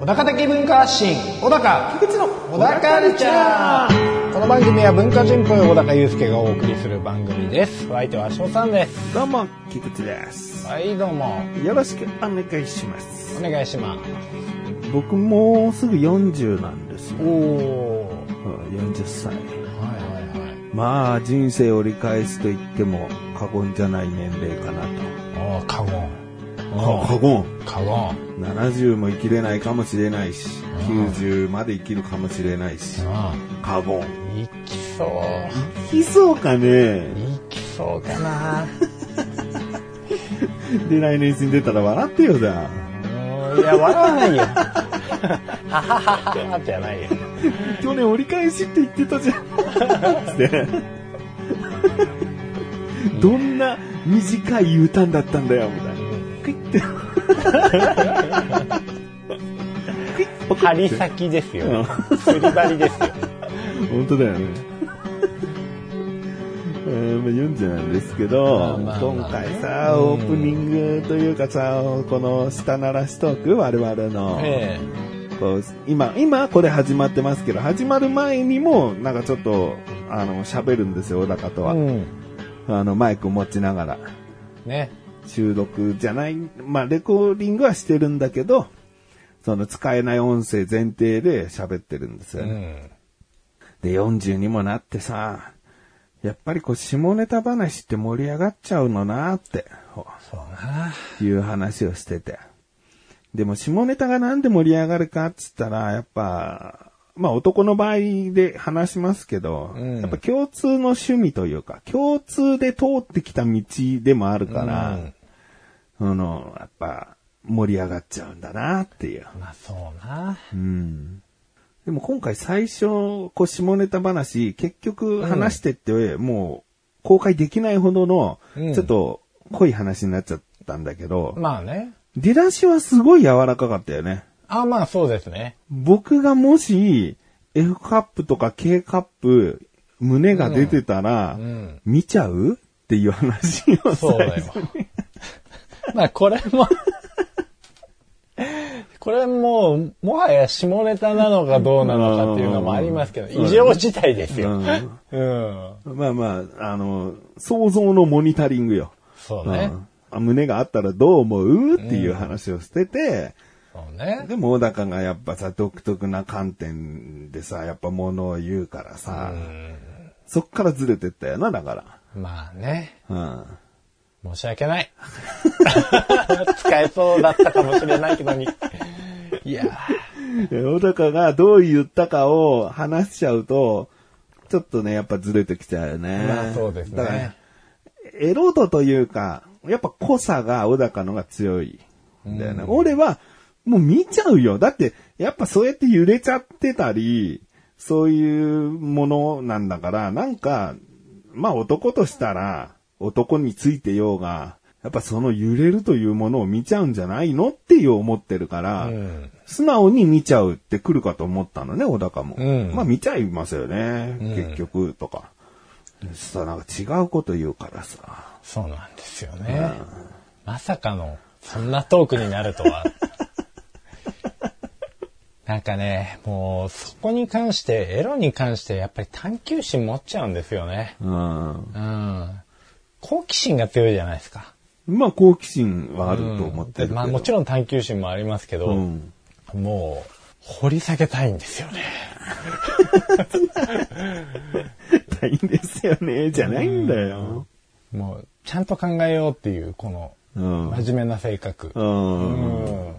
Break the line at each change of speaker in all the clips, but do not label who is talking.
小高的文化発信小高
菊池の
小高カルチャーこの番組は文化人っぽい小高祐介がお送りする番組ですお相手はし尾さんです
どうも菊池です
はいどうも
よろしくお願いします
お願いします
僕もうすぐ40なんですよ
おお
うん40歳
はいはいはい
まあ人生を折り返すと言っても過言じゃない年齢かな
ああカゴン
と過言
ンカゴン
70も生きれないかもしれないし90まで生きるかもしれないし
あ
過言
あいきそう
いきそうかね
いきそうかな
で来年死んでたら笑ってよだ
うーんいや笑わないよははははじゃないよ
去年折り返しって言ってたじ ゃんってどんな短い U ターンだったんだよみたいなクイッて
針先です
う
よ
ん
釣り針ですよ
本当だよねえーまあ、40なんですけど、
まあまあまあ
今回さ、オープニングというかさ、この下ならしトーク、我々の、
え
こう今、今これ始まってますけど、始まる前にも、なんかちょっと、あの、喋るんですよ、小高と
えう
は。
ん
あの、マイク持ちながら。
ね
収録じゃない、まあ、レコーディングはしてるんだけど、その使えない音声前提で喋ってるんです
う
よね。
ん
で、40にもなってさ、やっぱりこう、下ネタ話って盛り上がっちゃうのなって、ほ
そうな
いう話をしてて。でも、下ネタがなんで盛り上がるかっつったら、やっぱ、まあ男の場合で話しますけど、
うん
やっぱ共通の趣味というか、共通で通ってきた道でもあるか
う
ら、
ん
その、やっぱ、盛り上がっちゃうんだなっていう。
まあそうな
うん。でも今回最初、こう、下ネタ話、結局話してって、もう、公開できないほどの、
うん
ちょっと、濃い話になっちゃったんだけど、
まあね
出だしはすごい柔らかかったよね。
あまあそうですね
僕がもし、F カップとか K カップ、胸が出てたら、
うん
見ちゃうっていう話を
そうだ
最
よ
初に。
まあこれも、これも、もはや下ネタなのかどうなのかっていうのもありますけど、
うんうん
異常事態ですよ。
う
う
ん
ん。
まあまあ、あの、想像のモニタリングよ。
そうね
う。んあ胸があったらどう思うっていう話をしてて、
そうね。
でも小高がやっぱさ、独特な観点でさ、やっぱ物を言うからさ、そっからずれてったよな、だか
まあね。
ら。うん。
申し訳ない。 使えそうだったかもしれないけどに。いや
で小高がどう言ったかを話しちゃうと、ちょっとね、やっぱずれてきちゃうよね。
まあそうですね
だからエロ度というか、やっぱ濃さが小高のが強いんだよね。俺は、もう見ちゃうよ。だって、やっぱそうやって揺れちゃってたり、そういうものなんだから、なんか、まあ男としたら、男についてようが、やっぱその揺れるというものを見ちゃうんじゃないのっていう思ってるから、
ー。うん。
素直に見ちゃうって来るかと思ったのね、小高も。
うん
まあ見ちゃいますよね、
ん
結局、とか。そしたらなんか違うこと言うからさ。
そうなんですよね。まさかの、そんなトークになるとは。 なんかね、もう、そこに関して、エロに関して、やっぱり探求心持っちゃうんですよね。
うん。
うん。好奇心が強いじゃないですか。
まあ好奇心はあると思ってるけど。
まあもちろん探求心もありますけど、
うん
もう、掘り下げたいんですよね。
絶対いいんですよね、じゃないんだよ。
もう、ちゃんと考えようっていう、この、
うん。
真面目な性格。
うん。
うん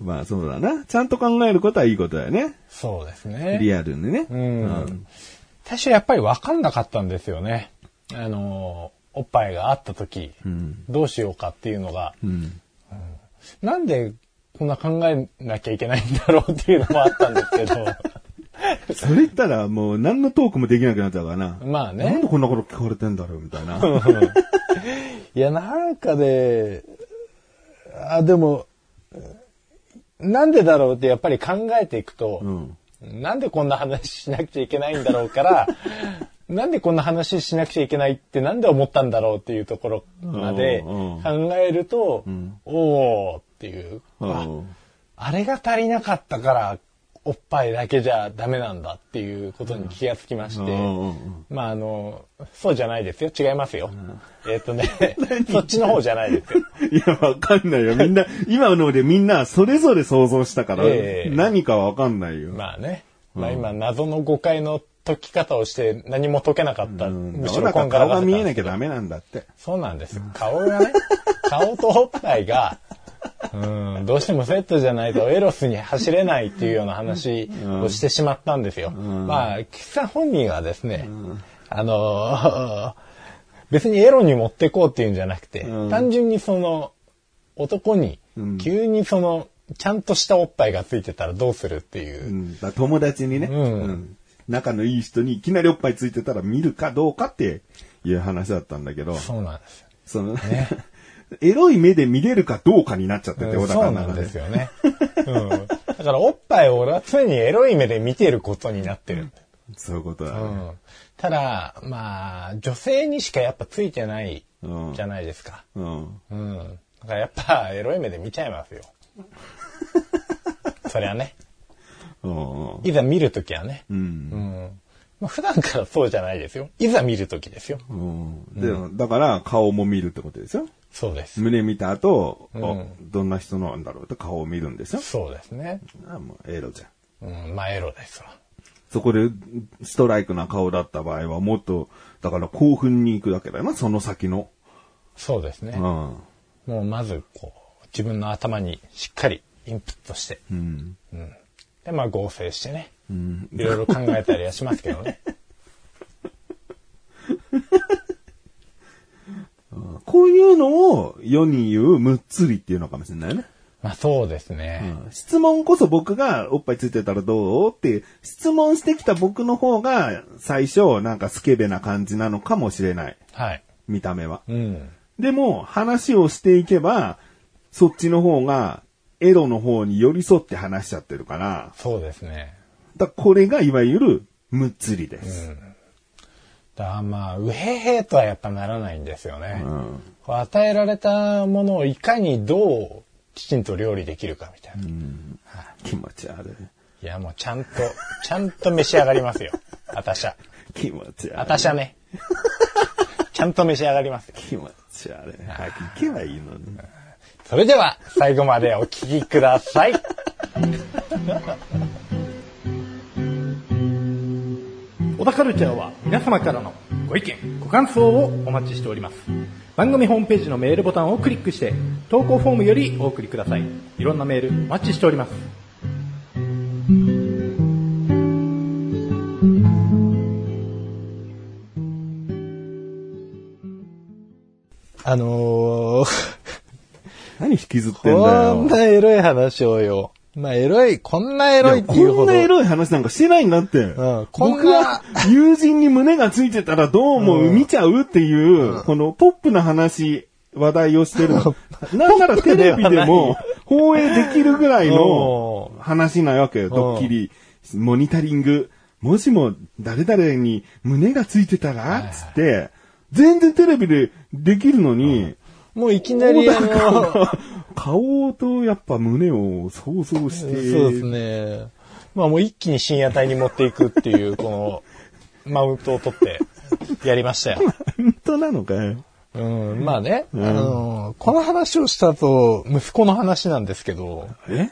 まあそうだな。ちゃんと考えることはいいことだよね。
そうですね。
リアルにね。
うん。最初やっぱり分かんなかったんですよね。あの、おっぱいがあった時、
ん
どうしようかっていうのが、
うん。
なんでこんな考えなきゃいけないんだろうっていうのもあったんですけど、
それ言ったらもう何のトークもできなくなっちゃうからな。
まあ
なん
ね。
でこんなこと聞かれてんだろうみた いな。
いや、なんかで、あ、でも、なんでだろうってやっぱり考えていくと、
うん。
なんでこんな話しなくちゃいけないんだろう から、なんでこんな話しなくちゃいけないってなんで思ったんだろうっていうところまで
うんう
考
ん
えると、おーっていう、あ
うん
あれが足りなかったから、おっぱいだけじゃダメなんだっていうことに気がつきまして、
うんうんうん
まああの、そうじゃないですよ。違いますよ。えっ、と ね、そっちの方じゃないですよ。
いや、わかんない よ。みんな、今のでみんなそれぞれ想像したから、
ええ
何かわかんないよ。
まあね、まあ今謎の誤解の解き方をして何も解けなかった。
うん、
む
だ
し
か
ろ
ら
こんが
顔
らが
が
ってたん
見
ですけど
えなきゃダメなんだって。
そうなんです。顔がね、 顔とおっぱいが、うん、どうしてもセットじゃないとエロスに走れないっていうような話をしてしまったんですよ。まあ、岸さん本人はですね、あのー 別にエロに持ってこうっていうんじゃなくて、
うん
単純にその、男に、急にその、ちゃんとしたおっぱいがついてたらどうするっていうう。
ん、だから友達にね、
ん
うん仲のいい人にいきなりおっぱいついてたら見るかどうかっていう話だったんだけど、
そうなんですよ。
その、 エロい目で見れるかどうかになっちゃってて、
うん
小
そ
高
う
の
なん
中
ですよね。うん、だからおっぱいを俺は常にエロい目で見てることになってる。
そういうことだ
う
ね。
ん、ただ、まあ、女性にしかやっぱついてない
うん
じゃないですか。
うん。
うん。だからやっぱエロい目で見ちゃいます よ。そりゃね。
うん。
いざ見るときはね。
う。
うんん。まあ、普段からそうじゃないですよ。いざ見るときですよ。
うん、でもだから顔も見るってことですよ。
そうです。
胸見た後、
ん
おどんな人なんだろうって顔を見るんですよ。
そうですね。
あもうエロじゃん。
うん、まあエロですわ。
そこでストライクな顔だった場合はもっと、だから興奮に行くだけだよな、その先の。
そうですね。
うん。
もうまず、こう、自分の頭にしっかりインプットして。
うん。
で、まあ合成してね。
うん。
いろいろ考えたりはしますけど ね。
こういうのを世に言うむっつりっていうのかもしれないね。
まあそうですね。
質問こそ僕がおっぱいついてたらどうって質問してきた僕の方が最初なんかスケベな感じなのかもしれない。
はい。
見た目は。
うん。
でも話をしていけばそっちの方がエロの方に寄り添って話しちゃってるから、
そうですね。
だからこれがいわゆるむっつりです。
だからまあ、うへへとはやっぱならないんですよね。
うん
こう与えられたものをいかにどうきちんと料理できるかみたいな。い
気持ち悪い。
やもうちゃんと、ちゃんと召し上がりますよ。あたしゃ。
気持ち悪い。
あたしゃね。 ちゃんと召し上がりますよ。
気持ち悪い。早く行けばいいのに。
それでは、最後までお聞きください。
小田カルチャーは皆様からのご意見、ご感想をお待ちしております。番組ホームページのメールボタンをクリックして、投稿フォームよりお送りください。いろんなメールお待ちしております。
あのー、
何引きずってんだよ。
こんなエロい話をよ。まあエロい、こんなエロいっていう
こ
ほど。
んなエロい話なんかしてないんだって。
んこんな
僕は友人に胸がついてたらどうも見ちゃうっていう、このポップな話、話題をしてる。なんならテレビでも放映できるぐらいの話なわけよ。ドッキリ、モニタリング。もしも誰々に胸がついてたらつって、全然テレビでできるのに、
もういきなりあの、
顔とやっぱ胸を想像し
そう
て、
ですね。まあもう一気に深夜帯に持っていくっていう、この、マウントを取ってやりましたよ。
本当なのかよ。
うん、まあね、あの、この話をしたと、息子の話なんですけど、
え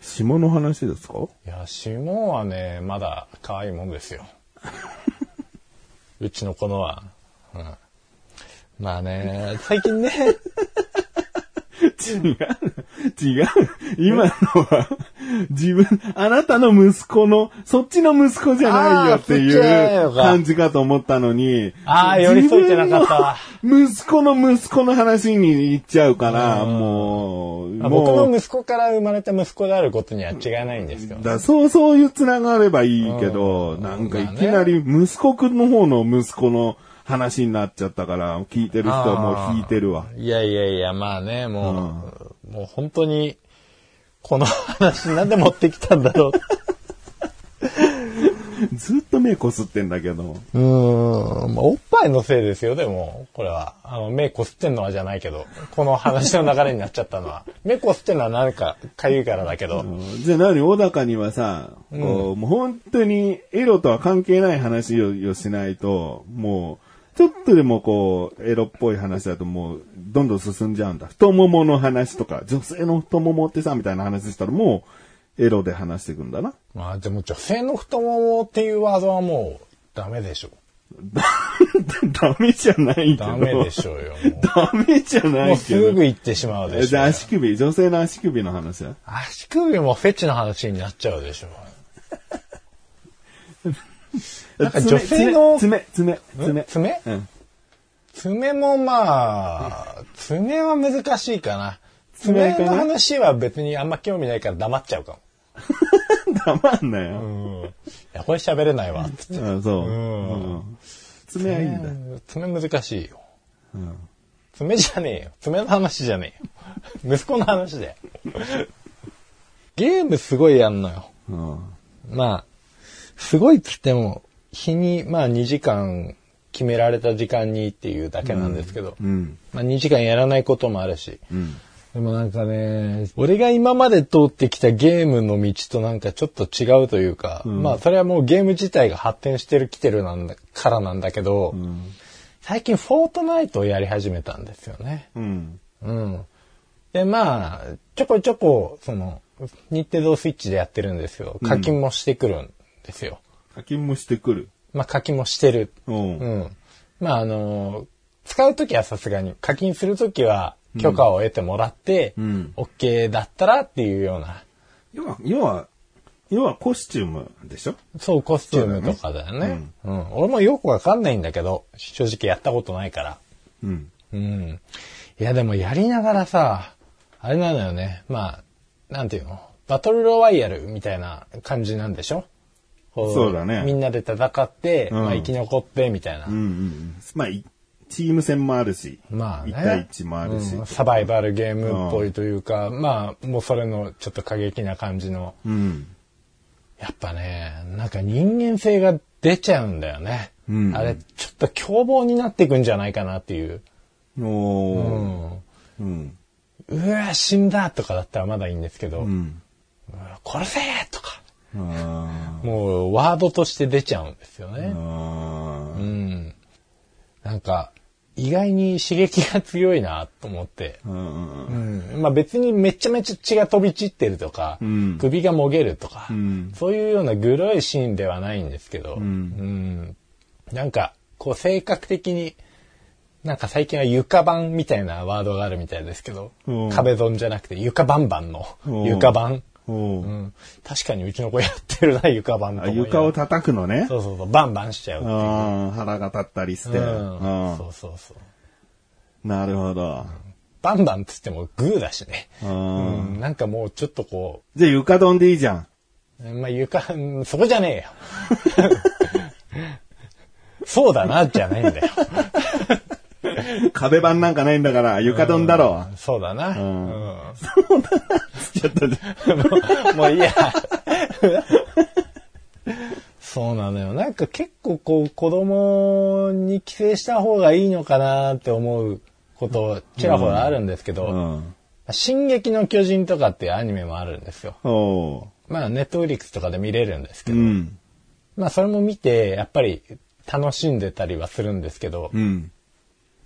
下の話ですか
いや、指紋はね、まだ可愛いもんですよ。 うちの子のは。うんまあね、最近ね、
違う。違う。今のは、自分、あなたの息子の、そっちの息子じゃないよってい
あーそっちじゃないの
う
か
感じかと思ったのに。
あー寄り添えてなかったわ
自分の息子の息子の話に行っちゃうから、もう、
まあ僕の
もう、
息子から生まれた息子であることには違いないんですけどね。
だそう、そういう繋がればいいけど、なんかいきなり息子くんの方の息子の話になっちゃったから、聞いてる人はもう引いてるわ。
いやいやいや、まあね、もう、もう本当に、この話なんで持ってきたんだろう。
ずっと目こすってんだけど。
うーん、まあ、おっぱいのせいですよ、でも、これは。あの、目こすってんのはじゃないけど、この話の流れになっちゃったのは。 目こすってんのはなんか、かゆいからだけど。
じゃあ何小高にはさ、こう、もう本当にエロとは関係ない話ををしないと、もう、ちょっとでもこう、エロっぽい話だともう、どんどん進んじゃうんだ。太ももの話とか、女性の太ももってさ、みたいな話したらもう、エロで話していくんだな。
まあ、でも女性の太ももっていうワードはもう、ダメでしょ。
ダメじゃないけど。
ダメでしょう よ。
ダメじゃ
もう
な
もう
いけ
す
ど。
ぐ行ってしまうでし
じ
ょ
ゃあ
うよ。
足首、女性の足首の話だ。
足首もフェチの話になっちゃうでしょう。
なん
か女性の
爪、爪、爪。
爪
うん。
爪もまあ、爪は難しいかな。
爪
爪
かな
の話は別にあんま興味ないから黙っちゃうかも。
黙んなよ。
うん。いや、これ喋れないわ。つって
あそう。
ん
うん爪はいいんだ。
爪難しいよ。爪じゃねえよ。爪の話じゃねえよ。息子の話だよ。ゲームすごいやんのよ。
うん。
まあ、すごいっつっても、日に、まあ2時間決められた時間にっていうだけなんですけど、
うん。
まあ2時間やらないこともあるし、
うん。
でもなんかね、俺が今まで通ってきたゲームの道となんかちょっと違うというか、まあそれはもうゲーム自体が発展してる来てるなんだからなんだけど、最近フォートナイトをやり始めたんですよね。
うん。
うん。で、まあ、ちょこちょこ、その、日程堂スイッチでやってるんですよ。課金もしてくるんですよ。
課金もしてくる。
まあ課金もしてる。
うん
うん。まああの、使うときはさすがに、課金するときは許可を得てもらって、
うん
OK だったらっていうような、
要は、要は、要はコスチュームでしょ
そう、コスチュームとかだよね。うん、俺もよくわかんないんだけど、正直やったことないから。
うん。
うん。いや、でもやりながらさ、あれなのよね。まあ、なんていうのバトルロワイヤルみたいな感じなんでしょこ
そうだね
みんなで戦って、
うん
まあ生き残って、みたいな。
うんうんうん。まあ、いチーム戦もあるし。
まあね。
一対一もあるし。
うんサバイバルゲームっぽいというか、まあ、もうそれのちょっと過激な感じの。
うん。
やっぱね、なんか人間性が出ちゃうんだよね。
うん
あれ、ちょっと凶暴になっていくんじゃないかなっていう。う
おー。
ん。
うん。
うわ、死んだとかだったらまだいいんですけど、
うん。
殺せとか、
あ
もうワードとして出ちゃうんですよ
ー
ね。
あ
う
ー。
ん。なんか、意外に刺激が強いなと思って。
うんうんうん
まあ別にめちゃめちゃ血が飛び散ってるとか、
うん
首がもげるとか、
うん
そういうようなグロいシーンではないんですけど、うんなんか、こう性格的に、なんか最近は床版みたいなワードがあるみたいですけど
うん、
壁ドンじゃなくて床バンバンの
うん
床版。
お
う
ー
ん確かにうちの子やってるな、床版と
あ
思いながら
床を叩くのね。
そうそうそう、バンバンしちゃうっていう。
ああ、腹が立ったりして。
うん
うん
そうそうそう。
なるほど。
バンバンっつってもグーだしね。
うん
うんなんかもうちょっとこう、
じゃあ床丼でいいじゃん。
まあ、床、うんそこじゃねえよ。そうだな、じゃないんだよ。
壁板なんかないんだから、床丼だろ
そうだな。
ん
うん
う。ちょっと、
もういいや。そうなのよ。なんか結構こう、子供に寄生した方がいいのかなって思うこと、ちらほらあるんですけど、
うん。
進撃の巨人とかっていうアニメもあるんですよ。
おう。
まあ、ネットフリックスとかで見れるんですけ
う
ど、
ん。
まあ、それも見て、やっぱり楽しんでたりはするんですけど、
うん。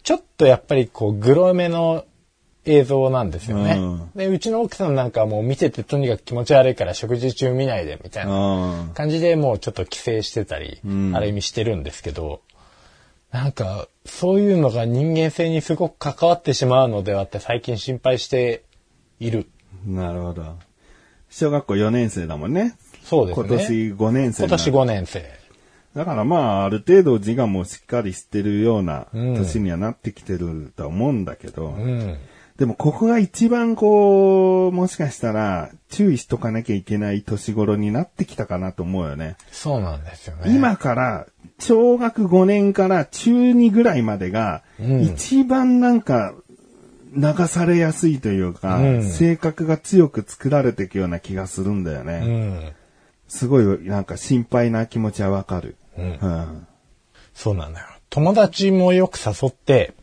ちょっとやっぱりこう、グロめの映像なんですよね。
うん
で、うちの奥さんなんかはもう見ててとにかく気持ち悪いから食事中見ないでみたいな
あ
感じでもうちょっと規制してたり、
ん
ある意味してるんですけど、なんか、そういうのが人間性にすごく関わってしまうのではって最近心配している。
あ。なるほど。小学校4年生だもんね。
そうです
今
ね。
年5年生
今
にな
年
る。
5年生。
だからまあ、ある程度自我もしっかりしてるような
うん
年にはなってきてるとは思うんだけど、
うん。
でもここが一番こう、もしかしたら注意しとかなきゃいけない年頃になってきたかなと思うよね。
そうなんですよね。
今から、小学5年から中2ぐらいまでが、
うん
一番なんか、流されやすいというか、
うん
性格が強く作られていくような気がするんだよ
う
ね。
ん。
すごい、なんか心配な気持ちはわかる。
うん
うん。
そうなんだよ。友達もよく誘って、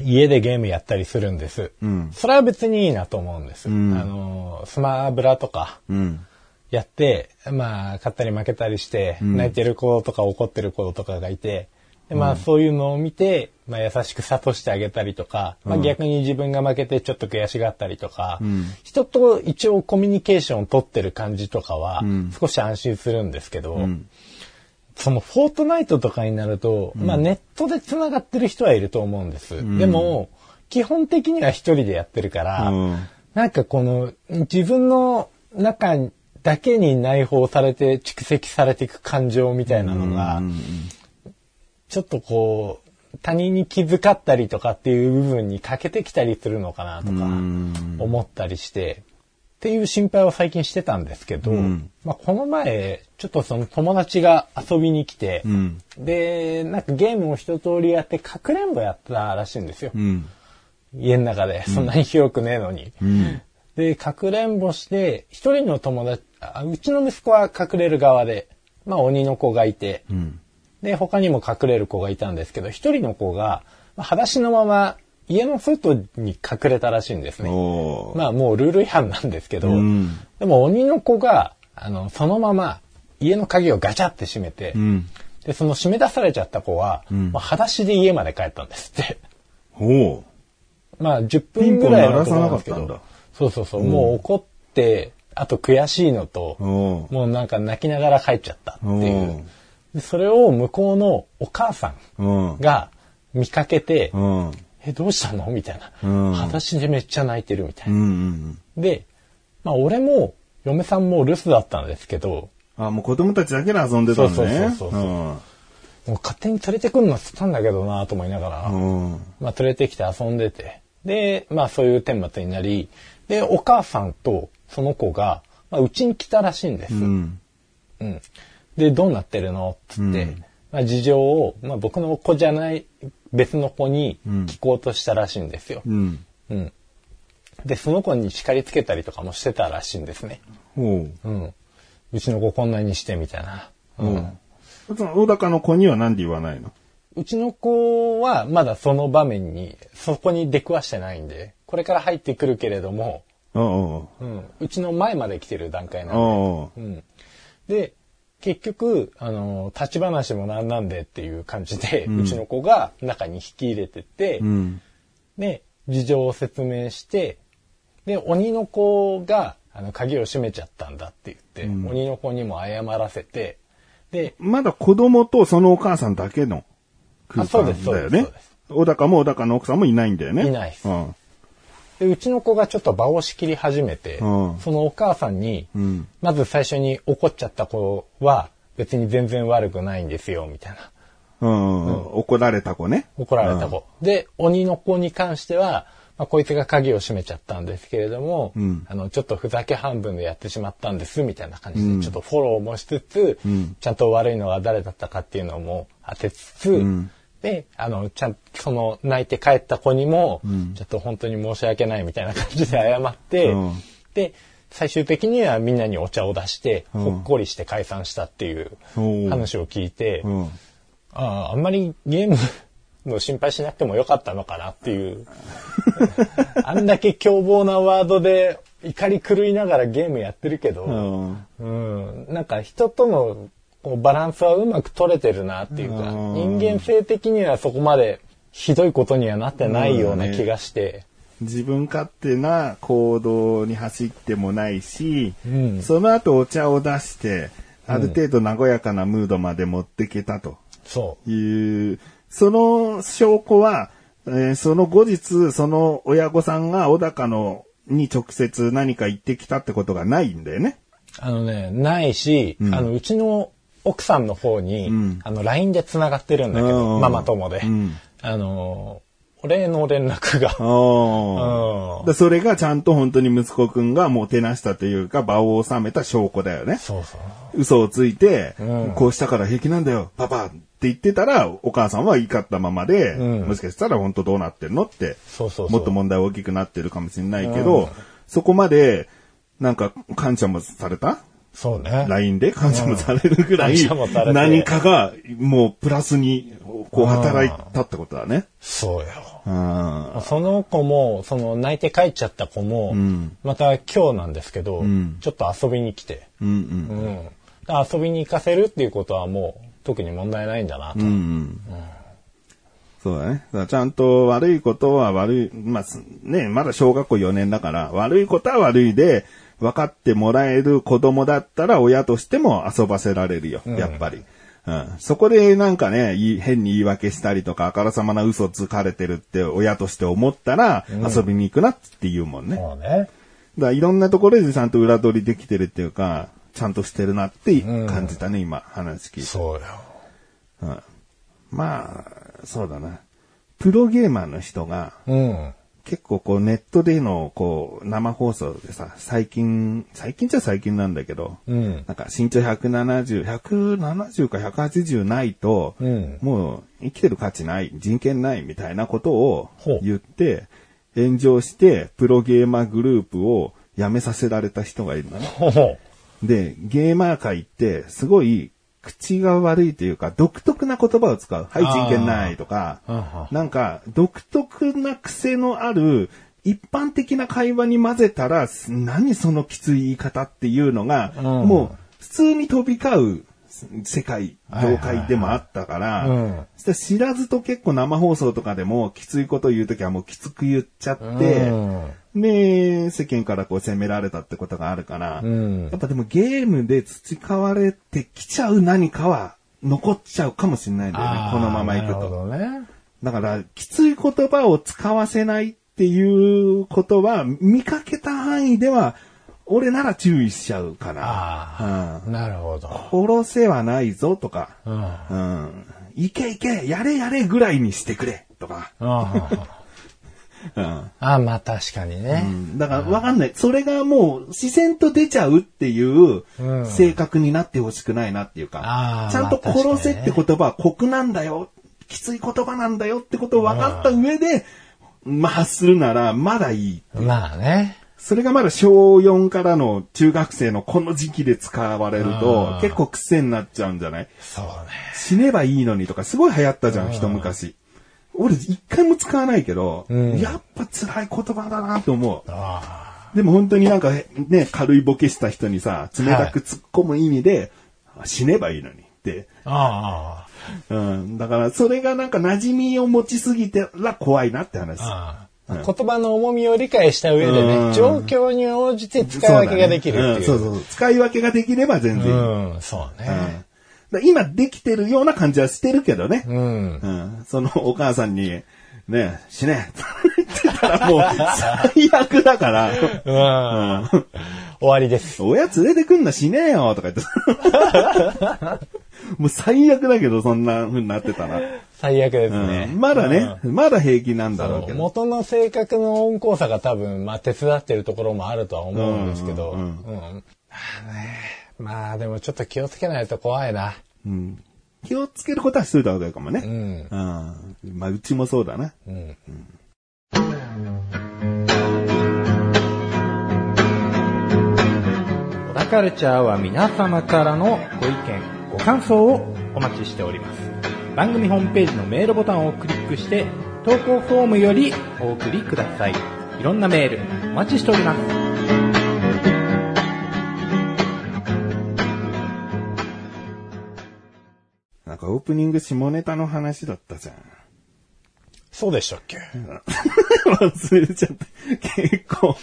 家でゲームやったりするんです。
うん
それは別にいいなと思うんです。
ん
あの、スマブラとか
うん。
やって、まあ、勝ったり負けたりして、泣いてる子とか怒ってる子とかがいて、でまあ、そういうのを見て、まあ、優しく諭してあげたりとか、まあ、逆に自分が負けてちょっと悔しがったりとか、人と一応コミュニケーションを取ってる感じとかは、少し安心するんですけど、そのフォートナイトとかになると、まあネットで繋がってる人はいると思うんです。でも、基本的には一人でやってるから、
うん
なんかこの自分の中だけに内包されて蓄積されていく感情みたいなのが、ちょっとこう、他人に気遣ったりとかっていう部分に欠けてきたりするのかなとか思ったりして、っていう心配を最近してたんですけど、まあ、この前、ちょっとその友達が遊びに来て、
うん。
で、なんかゲームを一通りやって、かくれんぼやってたらしいんですよ。
うん。
家の中で、そんなに広くねえのに。
うん。
で、かくれんぼして、一人の友達、あうちの息子は隠れる側で、まあ鬼の子がいて、
うん。
で、他にも隠れる子がいたんですけど、一人の子が、まあ裸足のまま家の外に隠れたらしいんですね。
おー。
まあもうルール違反なんですけど、
うん
でも鬼の子が、あの、そのまま家の鍵をガチャって閉めて、
うん。
で、その閉め出されちゃった子は、まあ裸足で家まで帰ったんですって。
おー。
まあ10分ぐらいのところなんですけ
ピ
ど
ンポン鳴らさなかったんだ、
そうそうそう、もう怒って、あと悔しいのと、
おー。
もうなんか泣きながら帰っちゃったってい
おう
う。でそれを向こうのお母さ
うん
ん。が見かけて、
うん。
え、どうしたのみたいな。
うん
裸足でめっちゃ泣いてるみた
う
いな。
んうん。
で、まあ俺も嫁さんも留守だったんですけど、
あ、もう子供たちだけで遊んでたのね。
そうそうそうそうもう勝手に連れてくるのって言ったんだけどなと思いながら、
うん。うん。
まあ、連れてきて遊んでて。で、まあ、そういう顛末になり、で、お母さんとその子が、まあ、うちに来たらしいんです。うん。
うん。
で、どうなってるのつって、まあ、事情を、まあ、僕の子じゃない、別の子に聞こうとしたらしいんですよ。
うん。
うん。で、その子に叱りつけたりとかもしてたらしいんですね。
おー。
うん。うちの子こんなにして、みたいな。うん。
その、小高の子には何で言わないの
うちの子はまだその場面に、そこに出くわしてないんで、これから入ってくるけれども、
お
うん、うちの前まで来てる段階
ー。
なんで。
おー。
うん、で、結局、あの、立ち話もなんなんでっていう感じで、うちの子が中に引き入れてって、
うん。
で、事情を説明して、で、鬼の子が、あの、鍵を閉めちゃったんだって言って、鬼の子にも謝らせて、で、
まだ子供とそのお母さんだけの空間
あそう
だ
ですそうで
よ
す
ね
そうです。
小高も小高の奥さんもいないんだよね。
いないです
うん。
でうちの子がちょっと場を仕切り始めて、
うん
そのお母さんに、
うん
まず最初に怒っちゃった子は、別に全然悪くないんですよ、みたいな。
うん。怒られた子ね。
怒られた子。で、鬼の子に関しては、まあ、こいつが鍵を閉めちゃったんですけれども、
ん
あの、ちょっとふざけ半分でやってしまったんです、みたいな感じで、ちょっとフォローもしつつ、ちゃんと悪いのは誰だったかっていうのも当てつつ、で、あの、ちゃん、その、泣いて帰った子にも、ちょっと本当に申し訳ないみたいな感じで謝って、
うん
で、最終的にはみんなにお茶を出して、
ん
ほっこりして解散したっていう
おう
話を聞いて、
うん。
ああ、あんまりゲームの心配しなくてもよかったのかなって いう。あんだけ凶暴なワードで怒り狂いながらゲームやってるけ
う
ど、
ん。
うん、なんか人とのこうバランスはうまく取れてるなっていうか、
うん
人間性的にはそこまでひどいことにはなってないような気がして、
自分勝手な行動に走ってもないし、
ん
その後お茶を出して、ある程度和やかなムードまで持ってけたと
そ
いう、その証拠は、えーその後日、その親御さんが小高のに直接何か言ってきたってことがないんだよね。
う。あのね、ないし、うあの、うちの奥さんの方に、
ん
あの、LINE で繋がってるんだけ
うんうんう
ど、
ん
ママ友で。
うん
あの、お礼の連絡が。
あ
う
あ。
ん
でそれがちゃんと本当に息子くんがもてなしたというか、場を収めた証拠だよね。
そうそう。
嘘をついて、
うん
こうしたから平気なんだよ、パパって言ってたら、お母さんは怒ったままで、
うん
もしかしたら本当どうなってんのって、
そうそうそう
もっと問題大きくなってるかもしれないけど、そこまで、なんか感謝もされた
そうね。
LINE で感謝もされるぐらい
感謝もされ、て
何かがもうプラスにこう働いたってことだね。
そうよ。
うん。
その子も、その泣いて帰っちゃった子も、
ん
また今日なんですけど、
ん
ちょっと遊びに来て、
うんうん。
うん。遊びに行かせるっていうことはもう特に問題ないんだなと。
うんうん。そうだね。だからちゃんと悪いことは悪い、まあ、すね、まだ小学校4年だから、悪いことは悪いで、分かってもらえる子供だったら親としても遊ばせられるよ、やっぱり。うん、そこでなんかね、いい変に言い訳したりとか、あからさまな嘘つかれてるって親として思ったら、遊びに行くなって言うもんね。
そうね。
だからいろんなところでちゃんと裏取りできてるっていうか、ちゃんとしてるなって感じたね、今、話聞いて。
そうよ。
うんまあ、そうだな。プロゲーマーの人が、
うん。
結構こうネットでのこう生放送でさ、最近、最近じゃ最近なんだけど、
うん。
なんか身長170、170か180ないと、
うん
もう生きてる価値ない、人権ないみたいなことを
ほう
言って、炎上してプロゲーマーグループを辞めさせられた人がいるのね。
ほほ。
で、ゲーマー界って、すごい、口が悪いというか、独特な言葉を使う。はい、
あー
人権ないとか
はんは、
なんか、独特な癖のある、一般的な会話に混ぜたら、す何そのきつい言い方っていうのが、
ん
もう、普通に飛び交うす世界、業界でもあったか
はいはいはい
ら
うん、
そしたら知らずと結構生放送とかでも、きついこと言うときはもうきつく言っちゃって、
うん
で、世間からこう責められたってことがあるから、
ん
やっぱでもゲームで培われてきちゃう何かは残っちゃうかもしれないんだよね
あ。ー
このままいく
なる
と。
ほどね。
だから、きつい言葉を使わせないっていうことは、見かけた範囲では、俺なら注意しちゃうかな。
ああ。なるほど。
うん、殺せはないぞとか、
うん。
うん、いけいけ、やれやれぐらいにしてくれとか、
あー
うん、
あ、まあ確かにね。
だからわかんない。それがもう自然と出ちゃうっていう
うん
性格になってほしくないなっていうか
あ、ー
ちゃん
ま
と
あ確かに
殺
ね
せって言葉は酷なんだよ。きつい言葉なんだよってことを分かった上で、まあ発するならまだいい。
まあね。
それがまだ小4からの中学生のこの時期で使われると
あー
結構癖になっちゃうんじゃない
そうね。
死ねばいいのにとかすごい流行ったじゃん、一昔。俺一回も使わないけど、
うん
やっぱ辛い言葉だなと思う。
あ
でも本当になんかね、軽いボケした人にさ、冷たく突っ込む意味で、死ねばいいのにって。
あ。あ
うん。だからそれがなんか馴染みを持ちすぎてら怖いなって話
あ。。ああ。言葉の重みを理解した上で
うん
ね、状況に応じて使い分けができるっていう。
そうだね,うん、そうそう使い分けができれば全然いい。うん
うん、そうね。
だから今できてるような感じはしてるけどね。
うん。
うん。そのお母さんに、ね、死ね って言ってたらもう最悪だから。
うん。終
うん
わりです。
親連れてくんなしねえよとか言って。もう最悪だけど、そんな風になってたら。
最悪です
うん
ね。
まだね、まだ平気なんだろう
そ
け
う。
ど。
元の性格の温厚さが多分、まあ手伝ってるところもあるとは思うんですけど。
う
うんん
うん
まあね。まあでもちょっと気をつけないと怖いな。
うん気をつけることはしといた方がいいかも
う
ね。
ん。
うん。まあ、うちもそうだな。
うん。
小田カルチャーは皆様からのご意見、ご感想をお待ちしております。番組ホームページのメールボタンをクリックして、投稿フォームよりお送りください。いろんなメールお待ちしております。
なんかオープニング下ネタの話だったじゃん。
そうでしたっけ
忘れちゃった。結構、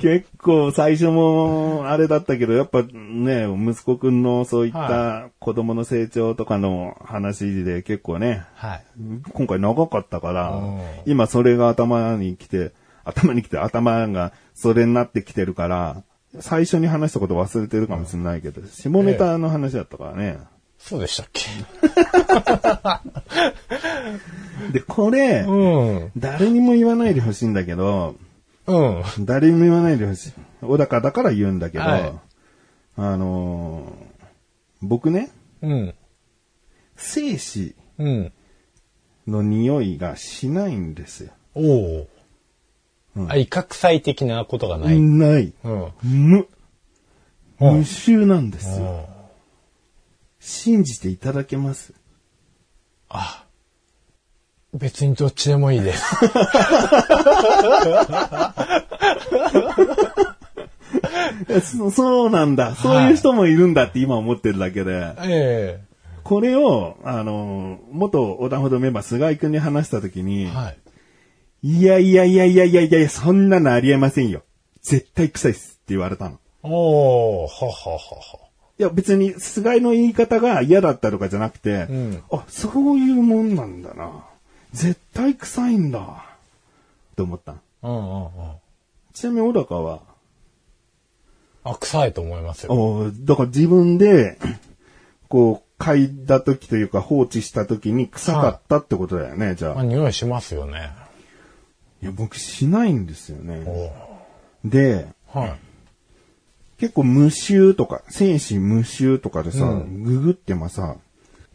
結構最初もあれだったけど、やっぱね、息子くんのそういった
は
子供の成長とかの話で結構ね、
はい。
今回長かったから
うん、
今それが頭に来て、頭に来て頭がそれになってきてるから、最初に話したこと忘れてるかもしれないけど、下ネタの話だったからね。
そうでしたっけ
で、これ、
うん。
誰にも言わないでほしいんだけど、
うん。
誰にも言わないでほしい。小高だから言うんだけど、
はい
あのー僕ね、
うん。
精子
うん。
の匂いがしないんですよ。
おお、あ、威嚇祭的なことがない。
ない。
うん。
む。
うん
無臭なんで
う
すよ。
ん。
信じていただけます
あ、別にどっちでもいいです。
いやそそうなんだ。そういう人もいるんだって今思ってるだけで。
え
これを、あの、元横断歩道メンバー菅井くんに話したときに、
えはい。
いやいやいやいやいやいや、そんなのありえませんよ。絶対臭いっすって言われたの。
おー、はははは。
いや別に菅井の言い方が嫌だったとかじゃなくて、
ん
あ、そういうもんなんだな。絶対臭いんだ。って思ったの。
うんうんうん。
ちなみに小高は、
あ、臭いと思いますよ。
おだから自分 で、こう、嗅いだ時というか放置した時に臭かったってことだよね、じゃ
ま
あ
あ、。匂いしますよね。
いや、僕しないんですよね。
おー
で、
はい。
結構無臭とか、戦士無臭とかでさ、ググってもさ、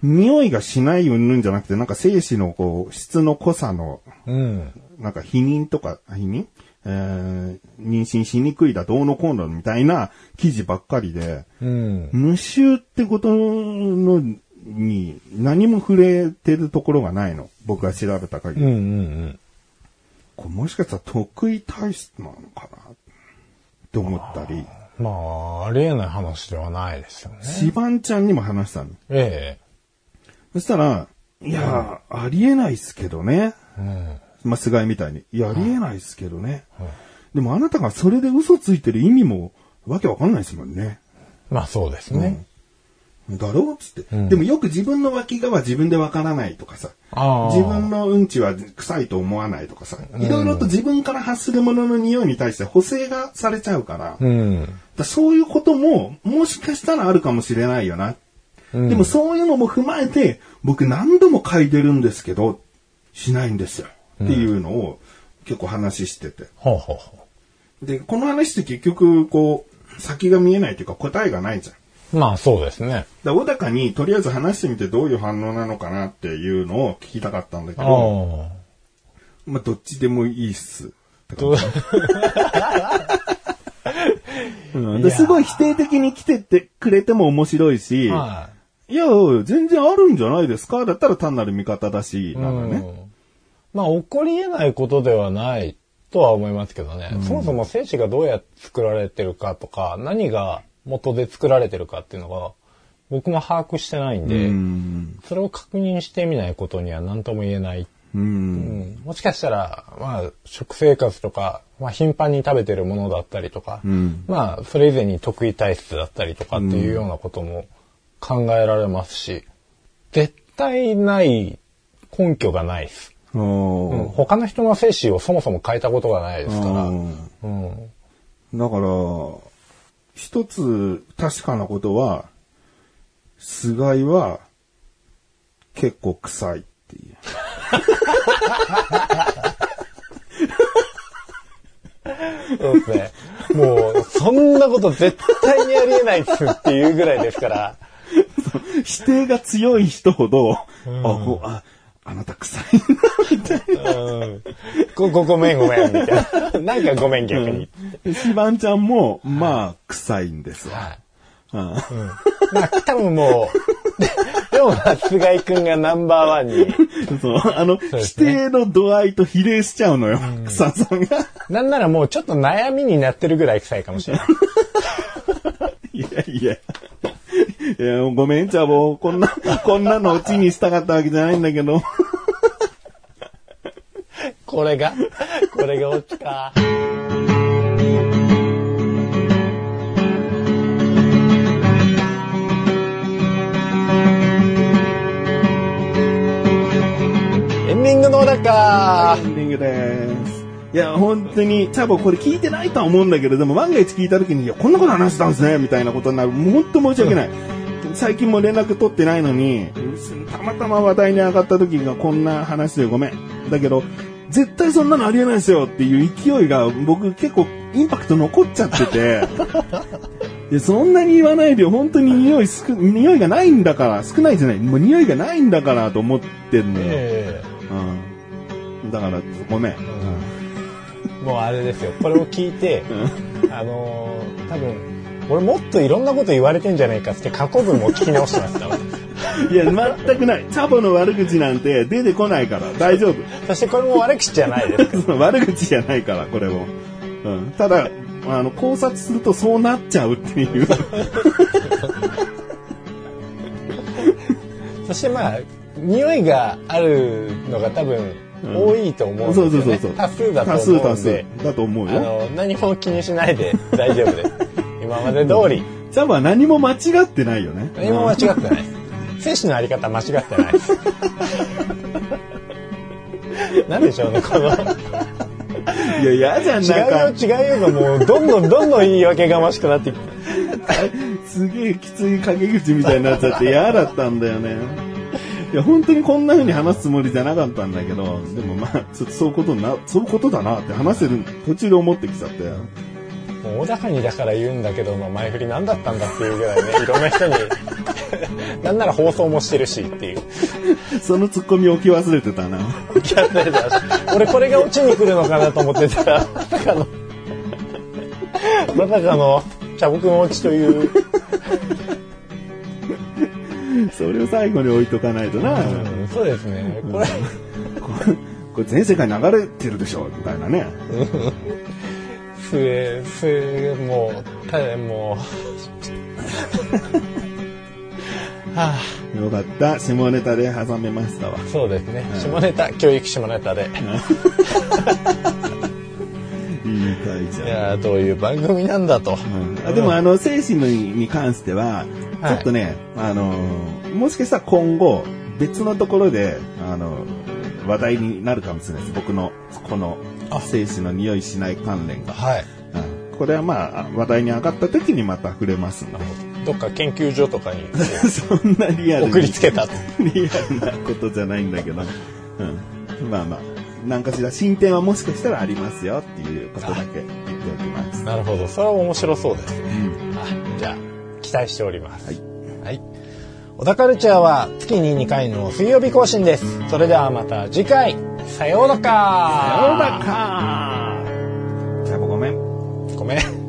匂いがしないようんじゃなくて、なんか精子のこう、質の濃さの、
うん。
なんか否認とか、否認えー、妊娠しにくいだ、どうのこうのみたいな記事ばっかりで、
うん。
無臭ってことのに何も触れてるところがないの。僕が調べた限
うんう
り。
ん
これもしかしたら得意体質なのかなって思ったり、
うん。まあ、ありえない話ではないですよね。
シバンちゃんにも話したの。
え
そしたら、いやー、ありえないっすけどね。
えうん。
まあ、菅井みたいに。いや、ありえないっすけどね。でもあなたがそれで嘘ついてる意味もわけわかんないですもんね。
まあそうですね。
だろうっつって、
うん
でもよく自分の脇がは自分でわからないとかさ。
ああ。
自分のうんちは臭いと思わないとかさ。いろいろと自分から発するものの匂いに対して補正がされちゃうから。だか
うん。
らそういうことも、もしかしたらあるかもしれないよな。
うん
でもそういうのも踏まえて、僕何度も嗅いでるんですけど、しないんですよ。っていうのを結構話してて。
ほうほうほ
で、この話って結局、こう、先が見えないというか答えがないじゃん。
う。まあそうですね。
だから小高にとりあえず話してみてどういう反応なのかなっていうのを聞きたかったんだけ
あ
ど、
あ。
まあどっちでもいいっす。って感
どう
じうんですごい否定的に来てってくれても面白いし、
はい
や、全然あるんじゃないですかだったら単なる味方だし、
い。
なんかね。
うんまあ起こり得ないことではないとは思いますけどね。そもそも精子がどうやって作られてるかとか、何が元で作られてるかっていうのが、僕も把握してないんで、
うん。
それを確認してみないことには何とも言えない。
うん
うん、もしかしたら、まあ、食生活とか、まあ、頻繁に食べてるものだったりとか、
うん
まあ、それ以前に得意体質だったりとかっていうようなことも考えられますし、絶対ない根拠がないです。うん
おー
他の人の精子をそもそも変えたことがないですから、
うん
うん
だから、一つ確かなことは、菅井は結構臭いっていう。
そうですね。もう、そんなこと絶対にありえないっすっていうぐらいですから、
否定が強い人ほど、あ、こう、あ、あなた臭い
うんご ごごめんごめん、みたいな。なんかごめん逆に。
な。シバンちゃんも、まあ、臭いんですわ。
はい。
うん
まあ、多分もう、ででも、まあ菅井くんがナンバーワンに、
そう、あの、
うで
否
すね
定の度合いと比例しちゃうのよ、臭さが。
なんならもうちょっと悩みになってるぐらい臭いかもしれない。
いやいや。いや、ごめん、チャボ。こんな、こんなのオチにしたかったわけじゃないんだけど。
これが、これがオチか。エンディングの小高
エンディングです。いや、本当に、チャボこれ聞いてないとは思うんだけど、でも万が一聞いた時に、いや、こんなこと話したんですね、みたいなことになる。もう本当申し訳ない。最近も連絡取ってないのに、たまたま話題に上がった時がこんな話でごめん。だけど、絶対そんなのありえないですよっていう勢いが僕結構インパクト残っちゃってて。いやそんなに言わないでよ本当に匂い少、匂いがないんだから、少ないじゃない。もう匂いがないんだからと思ってんのよ。
え
うん。だから、ごめん。
えもうあれですよ。これを聞いて、あのー多分、俺もっといろんなこと言われてんじゃねえかっつって過去文も聞き直して ましたわ
いや、全くない。チャボの悪口なんて出てこないから、大丈夫。
そしてこれも悪口じゃないですけど
その悪口じゃないから、これも。うん。ただ、あの、考察するとそうなっちゃうっていう。
そしてまあ匂いがあるのが多分多いと思うんです
そ
よ
う
ね、
そうそうそう。
多数だと思う
多
ん
数多
で
数だと思う
あ
よ。
の何も気にしないで 大丈夫です今まで通り
チャボは何も間違ってないよね。
何も間違ってないです選手のあり方間違って ないですなんでしょうねこの
いや、嫌じゃん、なんか。
違うよ違うよがもうどんどんどんどん言い訳がましくなっていく
すげえきつい陰口みたいになっちゃって嫌だったんだよね。いや、本当にこんな風に話すつもりじゃなかったんだけど、でもまあ、ちょっとそういうことな、そういうことだなって話せる、途中で思ってきちゃって。
もう大高にだから言うんだけど、まあ、前振り何だったんだっていうぐらいねいろんな人になんなら放送もしてるしっていう
そのツッコミ置き忘れてたな。
キャラだし俺これが落ちに来るのかなと思ってたらまさかのまさかの茶僕の落ちという
それを最後に置いとかないとな。
そうですねこれ
ここれ全世界流れてるでしょ、みたいなね。
すえすえもうただ もうはあ
よかった。下ネタで挟めましたわ。
そうですね下ネタ教育下ネタで
いい回じ
い
ゃん。
やーどういう番組なんだと、
あでもあの精神のにに関しては、
はい
ちょっとね、あのーもしかしたら今後別のところで、あのー話題になるかもしれないです僕のこの精神の匂いしない関連が、
はい
うんこれはまあ話題に上がった時にまた触れます ので
どっか研究所とか に
そんなリアルに
送りつけたと
リアルなことじゃないんだけど、うん、まあまあ何かしら進展はもしかしたらありますよっていうことだけ言っておきます、
なるほどそれは面白そうですね
うん
あじゃあ期待しております
はい、
はい、小田カルチャーは月に2回の水曜日更新ですそれではまた次回さようなら
哎ようだかじゃあごめん
ごめん